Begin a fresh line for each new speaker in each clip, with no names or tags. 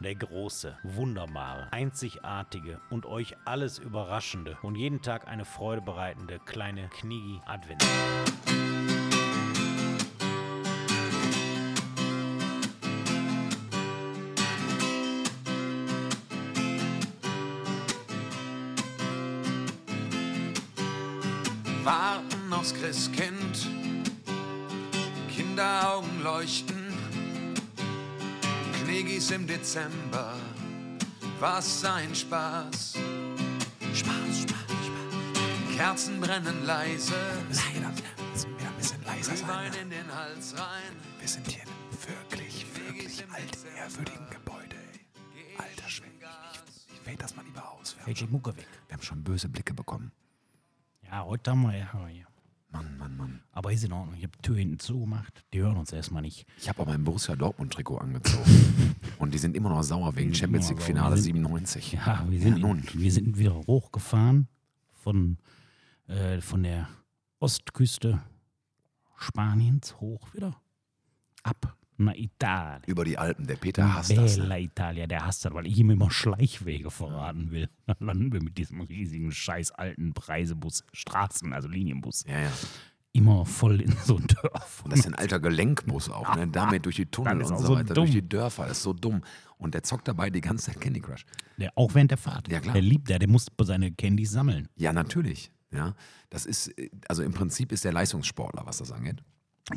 der große, wunderbare, einzigartige und euch alles überraschende und jeden Tag eine Freude bereitende kleine Knigi Advent.
Warten aufs Christkind, Kinderaugen leuchten, Knegis im Dezember, was ein Spaß. Spaß, Spaß, Spaß. Kerzen brennen leise,
Leider müssen wir ein bisschen leiser sein. ne?
Glühwein in den Hals rein.
Wir sind hier in einem wirklich, wirklich altehrwürdigen Gebäude, ey. Alter Schwede, ich, ich fade das mal lieber aus. Wir haben,
Welche
schon,
Mucke weg.
wir haben schon böse Blicke bekommen.
Ja, heute haben wir ja. ja.
Mann, Mann, Mann.
Aber ist in Ordnung. Ich habe die Tür hinten zugemacht. Die hören uns erstmal nicht.
Ich habe auch mein Borussia Dortmund-Trikot angezogen. Und die sind immer noch sauer wegen Champions
immer
League
sauer.
Finale
Wir sind-
97.
Ja, wir sind,
nun.
wir sind wieder hochgefahren von, äh, von der Ostküste Spaniens hoch wieder ab nach Italien.
Über die Alpen, der Peter hasst das. Ne?
Bella Italia, der hasst das, weil ich ihm immer Schleichwege verraten will. Dann landen wir mit diesem riesigen, scheiß alten Reisebus, Straßen, also Linienbus,
Ja, ja.
immer voll in so ein Dorf.
Und das ist ein alter Gelenkbus auch, ne? Damit durch die Tunnel
Das ist
und
auch
so,
so
weiter, durch
dumm.
die Dörfer, das ist so dumm. Und der zockt dabei die ganze Zeit Candy Crush.
Der, auch während der Fahrt.
Ja, klar.
Der liebt der, der muss seine Candies sammeln.
Ja, natürlich. Ja, das ist, äh, also im Prinzip ist der Leistungssportler, was das angeht.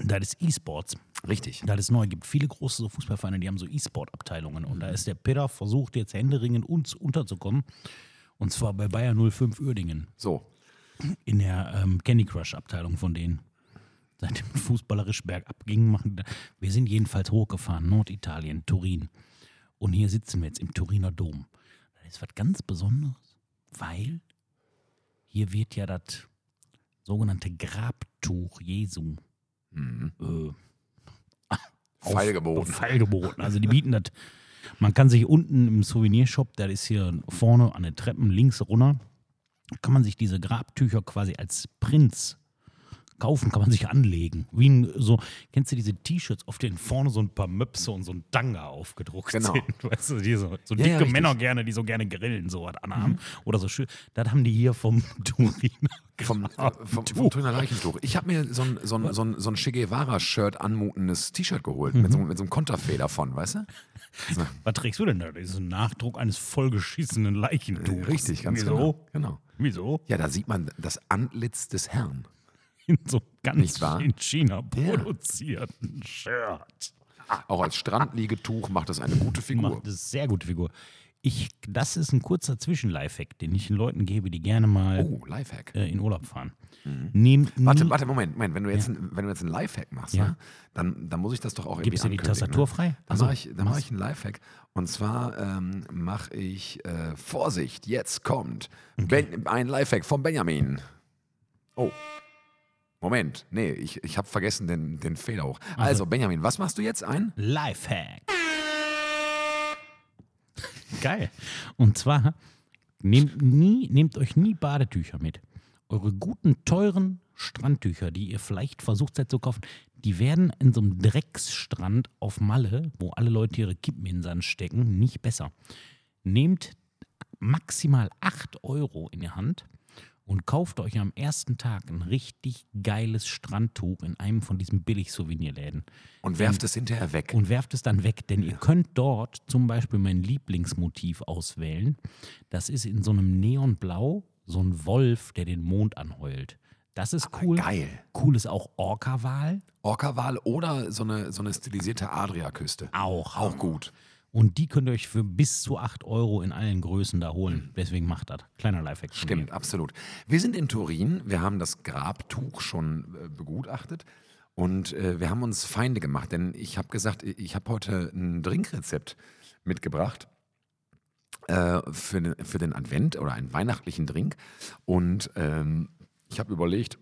Das ist E-Sports.
Richtig.
Da das neu gibt, viele große so Fußballvereine, die haben so E-Sport-Abteilungen. Und da
Mhm.
ist der Peter versucht, jetzt händeringend uns unterzukommen. Und zwar bei Bayer 05 Uerdingen.
So,
In der ähm, Candy Crush-Abteilung von denen. Seitdem fußballerisch bergab ging, machen die da- wir sind jedenfalls hochgefahren, Norditalien, Turin. Und hier sitzen wir jetzt im Turiner Dom. Das ist was ganz Besonderes, weil hier wird ja das sogenannte Grabtuch Jesu äh, auf-
Pfeilgeboten.
Pfeilgeboten. Also die bieten das. Man kann sich unten im Souvenirshop, der ist hier vorne an den Treppen links runter, kann man sich diese Grabtücher quasi als Prinz kaufen, kann man sich anlegen. Wie ein, so, kennst du diese T-Shirts, auf denen vorne so ein paar Möpse und so ein Danga aufgedruckt
Genau.
sind? Weißt du, die so, so
Ja, ja,
dicke
richtig. Mhm.
Männer gerne, die so gerne grillen, so was anhaben. Oder so schön. Das haben die hier vom Turiner.
vom, äh, vom, vom Töner Leichentuch. Ich habe mir so ein, so ein, so ein, so ein Che Guevara-Shirt anmutendes T-Shirt geholt, mit, so,
Mhm.
mit so einem Konterfeder von, weißt du? So,
Was trägst du denn da? Das ist ein Nachdruck eines vollgeschissenen Leichentuchs.
richtig, ganz
Wieso?
genau. genau.
Wieso?
Ja, da sieht man das Antlitz des Herrn.
In so ganz
Nicht wahr?
in China produzierten Shirt.
Auch als Strandliegetuch macht das eine gute Figur.
Macht eine sehr gute Figur. Ich, das ist ein kurzer Zwischenlifehack, den ich den Leuten gebe, die gerne mal
Oh, Lifehack.
äh, in Urlaub fahren. Nehmt nie-
Warte, warte, Moment, Moment. Wenn du jetzt, ein, wenn du jetzt einen Lifehack machst,
Hm. Ja.
ne, dann, dann muss ich das doch auch irgendwie
Gibst du die
ankündigen,
Tastatur
ne?
frei?
Dann
Achso,
mache ich, dann mach
machst-
ich einen Lifehack. Und zwar ähm, mache ich äh, Vorsicht, jetzt kommt ben, ein Lifehack von Benjamin. Oh. Moment, nee, ich, ich habe vergessen den, den Fehler hoch. Also, Benjamin, was machst du jetzt ein?
Lifehack. Geil. Und zwar, nehmt, nie, nehmt euch nie Badetücher mit. Eure guten, teuren Strandtücher, die ihr vielleicht versucht seid zu kaufen, die werden in so einem Drecksstrand auf Malle, wo alle Leute ihre Kippen in den Sand stecken, nicht besser. Nehmt maximal 8 Euro in die Hand und kauft euch am ersten Tag ein richtig geiles Strandtuch in einem von diesen Billig-Souvenirläden
Und werft es hinterher weg.
Ähm, und werft es dann weg, denn ihr könnt dort zum Beispiel mein Lieblingsmotiv auswählen. Das ist in so einem Neonblau so ein Wolf, der den Mond anheult. Das ist cool.
geil.
Cool ist auch Orca-Wal.
Orca-Wal oder so eine, so eine stilisierte Adria-Küste.
Auch.
Auch gut.
Und die könnt ihr euch für bis zu 8 Euro in allen Größen da holen. Deswegen macht das. Kleiner Lifehack. von
Stimmt, absolut. Wir sind in Turin, wir haben das Grabtuch schon äh, begutachtet und äh, wir haben uns Feinde gemacht, denn ich habe gesagt, ich- ich habe heute ein Drinkrezept mitgebracht äh, für, den- für den Advent oder einen weihnachtlichen Drink und ähm, ich habe überlegt,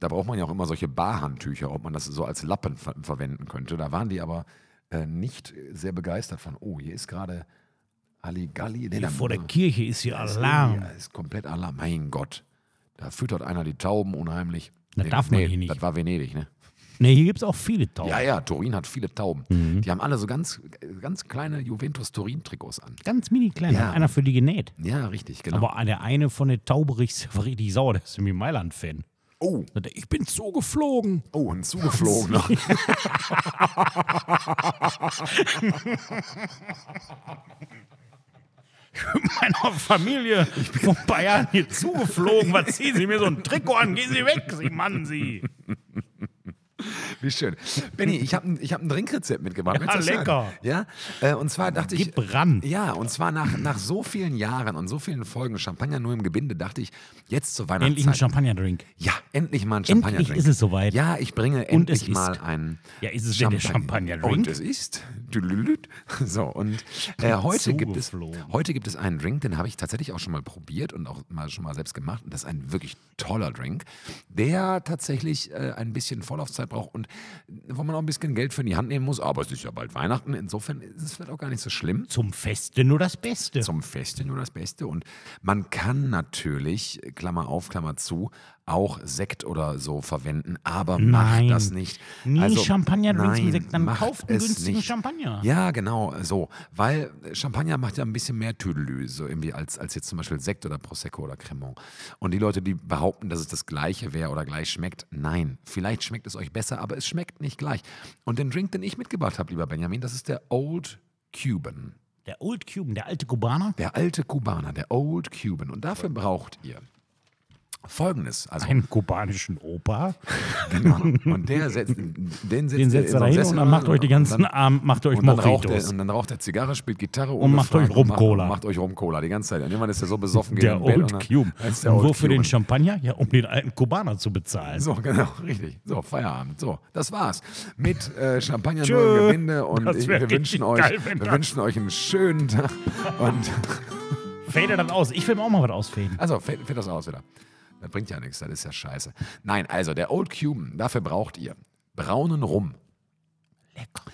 da braucht man ja auch immer solche Barhandtücher, ob man das so als Lappen ver verwenden könnte. Da waren die aber äh, nicht sehr begeistert von, oh, hier ist gerade Halligalli. Nee,
mir.
da-
Vor der Kirche ist hier
ist
Alarm.
irgendwie- Ja, ist komplett Alarm. Mein Gott. Da füttert einer die Tauben unheimlich.
Das darf man hier nicht.
Das war Venedig, ne?
Ne, hier gibt es auch viele Tauben.
Ja, ja, Turin hat viele Tauben.
Mhm.
Die haben alle so ganz, ganz kleine Juventus-Turin-Trikots an.
Ganz mini klein.
Ja.
Hat einer für die genäht.
Ja, richtig, genau.
Aber der eine von den Tauberichs war richtig sauer. Der ist irgendwie Mailand-Fan.
oh,
Sagt er, Ich bin zugeflogen.
oh, ein zugeflogener.
meiner Familie vor ein paar Jahren hier zugeflogen. Was ziehen Sie mir so ein Trikot an? Gehen Sie weg, Sie Mann, Sie.
Wie schön. Benni, ich habe ein, ich hab ein Drinkrezept mitgebracht.
Ja,
Willst du das hören?
lecker. Ah,
Ja, äh, und zwar dachte ich.
Gib ran.
Ja, und zwar nach, nach so vielen Jahren und so vielen Folgen Champagner nur im Gebinde, dachte ich, jetzt zur Weihnachtszeit.
Endlich ein Champagner-Drink.
Ja, endlich mal ein
Endlich
Champagner.
ist es soweit.
Ja, ich bringe
Und
endlich
es ist.
mal einen.
Ja, ist es denn der Champagner-Drink?
Und es ist. Dülülüt. So, und äh, heute, gibt es,
Zugeflogen.
heute gibt es einen Drink, den habe ich tatsächlich auch schon mal probiert und auch mal schon mal selbst gemacht. Und das ist ein wirklich toller Drink, der tatsächlich äh, ein bisschen Vorlaufzeit braucht und wo man auch ein bisschen Geld für in die Hand nehmen muss. Aber es ist ja bald Weihnachten. Insofern ist es vielleicht auch gar nicht so schlimm.
Zum Feste nur das Beste.
Zum Feste nur das Beste. Und man kann natürlich, Klammer auf, Klammer zu, auch Sekt oder so verwenden, aber
Nein.
macht das nicht. Also,
Nie Champagner-Drinks mit
nein,
Sekt, dann
macht
kauft einen
es
günstigen Champagner.
Ja, genau, so. Weil Champagner macht ja ein bisschen mehr Tüdelü, so irgendwie als, als jetzt zum Beispiel Sekt oder Prosecco oder Cremant. Und die Leute, die behaupten, dass es das Gleiche wäre oder gleich schmeckt, nein, vielleicht schmeckt es euch besser, aber es schmeckt nicht gleich. Und den Drink, den ich mitgebracht habe, lieber Benjamin, das ist der Old Cuban.
der Old Cuban, der alte Kubaner.
Der alte Kubaner, der Old Cuban. Und dafür braucht ihr folgendes. Also,
Einen kubanischen Opa.
genau. Und der setzt, den setzt,
Den
ihr in
setzt
so
er da
einen
hin und
Sessel
dann macht euch die ganzen
und
Abend, macht ihr euch
dann, und dann raucht er,
Mojitos.
und dann raucht er Zigarre, spielt Gitarre
Und macht
ohne
euch
Fragen und
Rum-Cola.
Macht, macht euch Rum-Cola die ganze Zeit. Und irgendwann ist er so besoffen, geht
Der
in Bett
Old
und dann-
Cuban.
das ist der
Und
Old
wofür den
Cuban.
Champagner? Ja, um den alten Kubaner zu bezahlen.
So, genau, richtig. So, Feierabend. So, das war's. Mit äh, Champagner nur im Gewinde und
Das
ich,
wär
wir,
richtig
wünschen euch,
geil, wenn
wir
das-
wünschen euch einen schönen Tag. Und
Fädelt das aus. Ich will mir auch mal was ausfäden.
Also, fällt, fällt das aus wieder. Das bringt ja nichts, das ist ja scheiße. Nein, also der Old Cuban, dafür braucht ihr braunen Rum.
Lecker.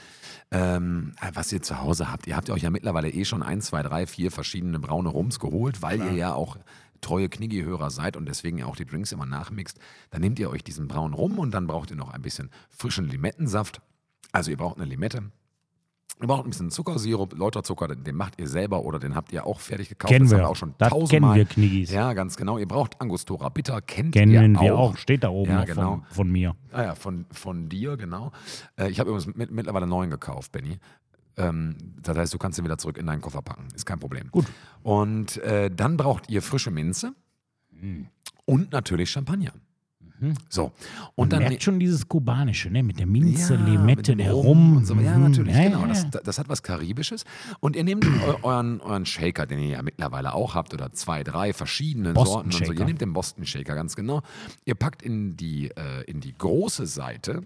Ähm, was ihr zu Hause habt. Ihr habt ja euch ja mittlerweile eh schon ein, zwei, drei, vier verschiedene braune Rums geholt, weil ihr ja auch treue Kniggi-Hörer seid und deswegen auch die Drinks immer nachmixt. Dann nehmt ihr euch diesen braunen Rum und dann braucht ihr noch ein bisschen frischen Limettensaft. Also ihr braucht eine Limette. Ihr braucht ein bisschen Zuckersirup, Läuterzucker, den den macht ihr selber oder den habt ihr auch fertig gekauft.
Kennen
das
wir.
haben wir auch schon
Das kennen
tausendmal.
wir Kniggis.
Ja, ganz genau. Ihr braucht Angostura Bitter, kennt
Kennen
ihr
wir
auch.
auch. Steht da oben
Ja,
noch
genau.
von, von mir.
Ah ja, von, von dir, genau. Äh, ich habe übrigens mit, mittlerweile einen neuen gekauft, Benny. Ähm, das heißt, du kannst ihn wieder zurück in deinen Koffer packen. Ist kein Problem.
Gut.
Und äh, dann braucht ihr frische Minze und natürlich Champagner. So. Und dann. ne-
Merkt schon dieses Kubanische, ne? Mit der Minze,
Ja,
Limette,
mit
der
Rum
Rum.
Und so. Ja,
Mhm.
natürlich,
Ja,
genau.
ja,
Das,
ja.
das hat was Karibisches. Und ihr nehmt eu euren, euren Shaker, den ihr ja mittlerweile auch habt, oder zwei, drei verschiedene
Boston
Sorten und so.
Shaker.
Ihr nehmt den Boston Shaker, ganz genau. Ihr packt in die, äh, in die große Seite,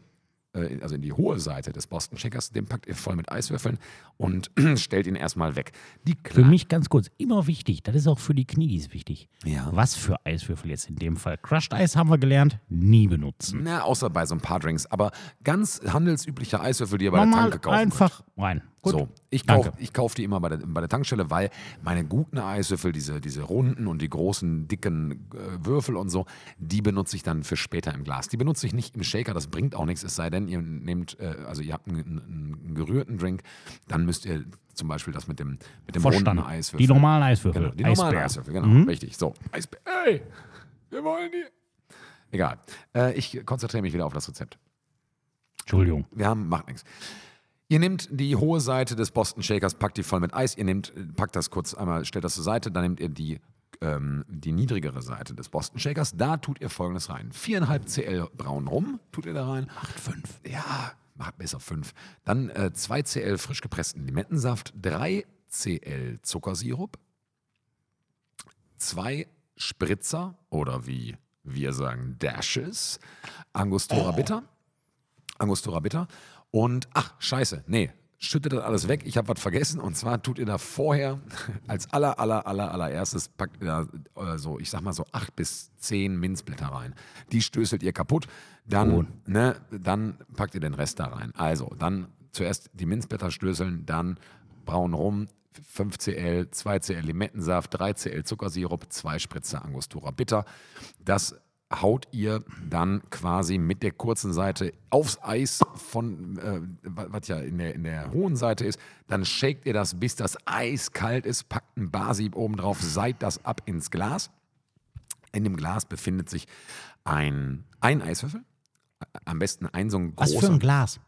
äh, also in die hohe Seite des Boston Shakers, den packt ihr voll mit Eiswürfeln und stellt ihn erstmal weg. Die
Für
kleinen
mich ganz kurz, immer wichtig, das ist auch für die Kniegis wichtig.
Ja.
Was für Eiswürfel jetzt in dem Fall? Crushed Eis haben wir gelernt, nie benutzen.
na, außer bei so ein paar Drinks, aber ganz handelsübliche Eiswürfel, die ihr bei der
Normal
Tanke kaufen könnt.
einfach rein. Gut.
So, ich
Danke.
kaufe kauf die immer bei der, bei der Tankstelle, weil meine guten Eiswürfel, diese, diese runden und die großen, dicken äh, Würfel und so, die benutze ich dann für später im Glas. Die benutze ich nicht im Shaker, das bringt auch nichts, es sei denn, ihr nehmt, äh, also ihr habt einen, einen, einen gerührten Drink, dann müsst ihr zum Beispiel das mit dem, mit dem runden
Verstanden.
Eiswürfel.
Die normalen Mhm. Eiswürfel.
Genau, die normalen
Eisbär.
Eiswürfel, genau, richtig. So, Eisbär, ey, wir wollen die. Egal, äh, ich konzentriere mich wieder auf das Rezept.
Entschuldigung.
Wir haben, macht nichts. Ihr nehmt die hohe Seite des Boston Shakers, packt die voll mit Eis. Ihr nehmt, äh, packt das kurz einmal, stellt das zur Seite, dann nehmt ihr die, ähm, die niedrigere Seite des Boston Shakers. Da tut ihr folgendes rein: 4,5 cl braun rum tut ihr da rein. 8,5. Ja, macht besser 5. Dann äh, 2 cl frisch gepressten Limettensaft, 3 cl Zuckersirup, 2 Spritzer oder wie wir sagen, Dashes, Angostura Bitter. Angostura Bitter. Und ach, scheiße, nee, schüttet das alles weg. Ich habe was vergessen. Und zwar tut ihr da vorher als aller, aller, aller, allererstes packt ihr da äh, so, ich sag mal so acht bis zehn Minzblätter rein. Die stößelt ihr kaputt. Dann, ne, dann packt ihr den Rest da rein. Also, dann zuerst die Minzblätter stößeln, dann braun rum. 5cl, 2cl Limettensaft, 3cl Zuckersirup, 2 Spritzer Angostura Bitter. Das haut ihr dann quasi mit der kurzen Seite aufs Eis von, äh, wa- was ja in der, in der hohen Seite ist. Dann shakt ihr das, bis das Eis kalt ist, packt ein Barsieb oben drauf, seid das ab ins Glas. In dem Glas befindet sich ein, ein Eiswürfel. Am besten ein so ein
Was
großer.
für ein Glas?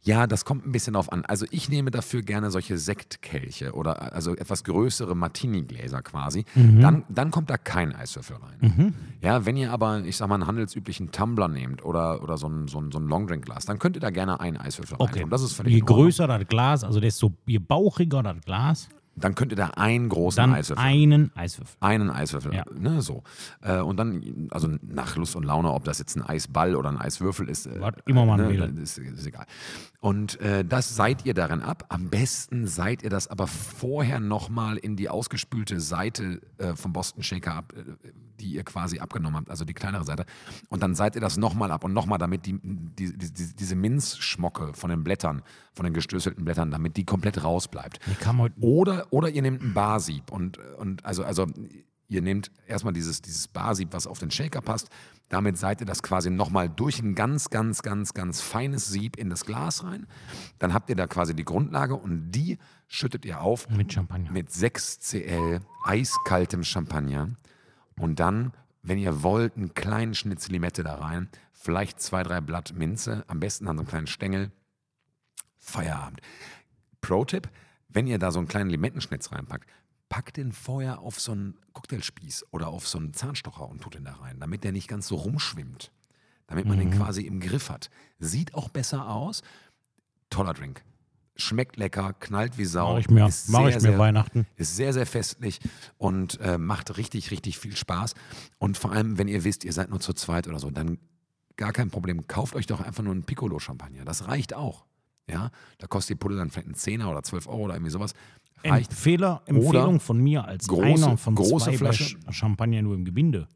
Ja, das kommt ein bisschen drauf an. Also ich nehme dafür gerne solche Sektkelche oder also etwas größere Martini-Gläser quasi.
Mhm.
Dann, dann kommt da kein Eiswürfel rein. Ja, wenn ihr aber, ich sag mal, einen handelsüblichen Tumbler nehmt oder, oder so ein, so ein, so ein Longdrink-Glas, dann könnt ihr da gerne einen Eiswürfel rein. Und das ist völlig
Je
in Ordnung.
größer das Glas, also desto je bauchiger das Glas,
Dann könnt ihr da einen großen
dann
Eiswürfel
einen Eiswürfel.
einen Eiswürfel,
Ja.
ne, so. Äh, und dann, also nach Lust und Laune, ob das jetzt ein Eisball oder ein Eiswürfel ist, äh,
Was immer man
ne,
will.
dann Ist, ist egal. Und äh, das seid ihr darin ab. Am besten seid ihr das aber vorher nochmal in die ausgespülte Seite äh, vom Boston Shaker ab, äh, die ihr quasi abgenommen habt, also die kleinere Seite. Und dann seid ihr das nochmal ab und nochmal, damit die, die, die, die, diese Minzschmocke von den Blättern, von den gestößelten Blättern, damit die komplett rausbleibt.
Die kam heute
Oder, oder ihr nehmt ein Barsieb und, und also, also ihr nehmt erstmal dieses, dieses Barsieb, was auf den Shaker passt. Damit seid ihr das quasi nochmal durch ein ganz, ganz, ganz, ganz feines Sieb in das Glas rein. Dann habt ihr da quasi die Grundlage und die schüttet ihr auf
mit Champagner.
Oh, mit 6cl eiskaltem Champagner und dann, wenn ihr wollt, einen kleinen Schnitz Limette da rein, vielleicht zwei, drei Blatt Minze, am besten an so einem kleinen Stängel. Feierabend. Pro-Tipp, wenn ihr da so einen kleinen Limettenschnitz reinpackt, packt den vorher auf so einen Cocktailspieß oder auf so einen Zahnstocher und tut den da rein, damit der nicht ganz so rumschwimmt. Damit man den
Mhm.
quasi im Griff hat. Sieht auch besser aus. Toller Drink. Schmeckt lecker, knallt wie Sau.
Mach ich mir,
ist
mach
sehr,
ich mir
sehr-
Weihnachten.
ist sehr, sehr festlich und äh, macht richtig, richtig viel Spaß. Und vor allem, wenn ihr wisst, ihr seid nur zu zweit oder so, dann gar kein Problem. Kauft euch doch einfach nur einen Piccolo-Champagner. Das reicht auch. Ja, da kostet die Pulle dann vielleicht einen Zehner oder 12 Euro oder irgendwie sowas. Reicht.
Empfehler, Empfehlung von mir als
große-
einer von
große
zwei bei
Flasche.
Sch- Champagner nur im Gebinde.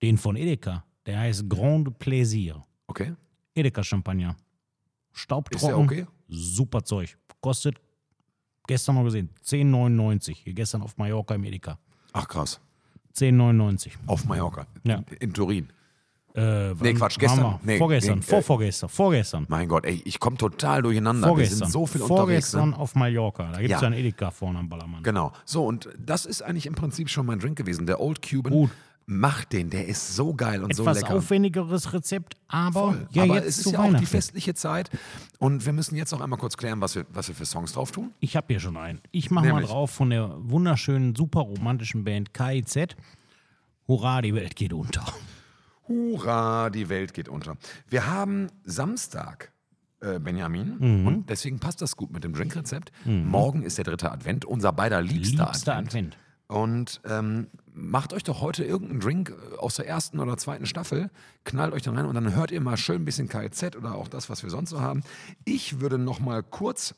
Den von Edeka. Der heißt Grand Plaisir.
Okay.
Edeka Champagner.
Ist ja
Staubtrocken.
okay?
Super Zeug. Kostet gestern noch gesehen 10,99. Hier gestern auf Mallorca im Edeka.
Ach krass.
10,99.
Auf Mallorca.
Ja.
In, in Turin.
Äh,
Nee,
wann
Quatsch,
waren
gestern.
wir?
Nee,
vorgestern,
nee, äh,
vorvorgestern, vorgestern.
Mein Gott, ey, ich komme total durcheinander.
Vorgestern.
Wir sind so viel unterwegs. Ne?
vorgestern auf Mallorca. Da gibt
Ja.
es ja. einen Edeka vorne am Ballermann.
Genau. So, und das ist eigentlich im Prinzip schon mein Drink gewesen. Der Old Cuban.
Gut.
Macht den, der ist so geil und so
Etwas
lecker.
aufwendigeres Rezept, aber
Voll.
ja
Aber
jetzt
es ist
zu
ja auch
Weihnachten.
die festliche Zeit. Und wir müssen jetzt noch einmal kurz klären, was wir, was wir für Songs drauf tun.
ich habe hier schon einen. Ich mache mal
Nämlich?
drauf von der wunderschönen, super romantischen Band KIZ. Hurra, die Welt geht unter.
Hurra, die Welt geht unter. Wir haben Samstag, äh, Benjamin,
Mhm.
und deswegen passt das gut mit dem Drinkrezept. Morgen ist der dritte Advent, unser beider liebster,
Liebster
Advent.
Advent.
Und ähm, macht euch doch heute irgendeinen Drink äh, aus der ersten oder zweiten Staffel, knallt euch dann rein und dann hört ihr mal schön ein bisschen KZ oder auch das, was wir sonst so haben. Ich würde noch mal kurz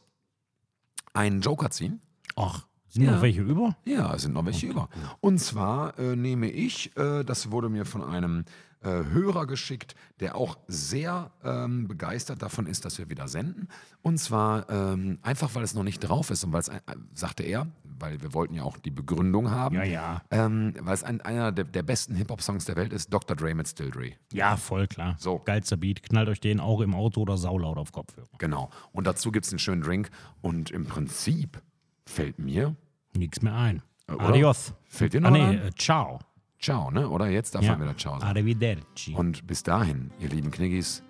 einen Joker ziehen.
Ach, sind noch welche über?
Ja, es sind noch welche über. Und zwar äh, nehme ich, äh, das wurde mir von einem äh, Hörer geschickt, der auch sehr ähm, begeistert davon ist, dass wir wieder senden. Und zwar ähm, einfach, weil es noch nicht drauf ist und weil es, ein, äh, sagte er, weil wir wollten ja auch die Begründung haben,
Ja, ja.
ähm, weil es ein, einer der, der besten Hip-Hop-Songs der Welt ist, Dr. Dre mit Still Dre.
Ja, voll klar.
So.
Geilster Beat. Knallt euch den auch im Auto oder saulaut auf Kopfhörer.
Genau. Und dazu gibt es einen schönen Drink. Und im Prinzip fällt mir,
Nichts mehr ein.
Äh, oder?
Adios.
Fällt dir
Ah,
noch
nee,
ein?
äh, ciao.
Ciao, ne? Oder jetzt darf man wieder Ciao sagen.
Arrivederci.
Und bis dahin, ihr lieben Kniggis,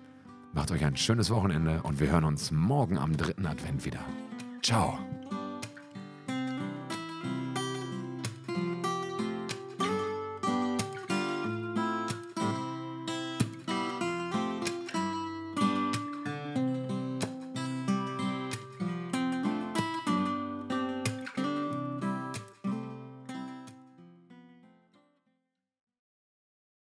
macht euch ein schönes Wochenende und wir hören uns morgen am dritten Advent wieder. Ciao.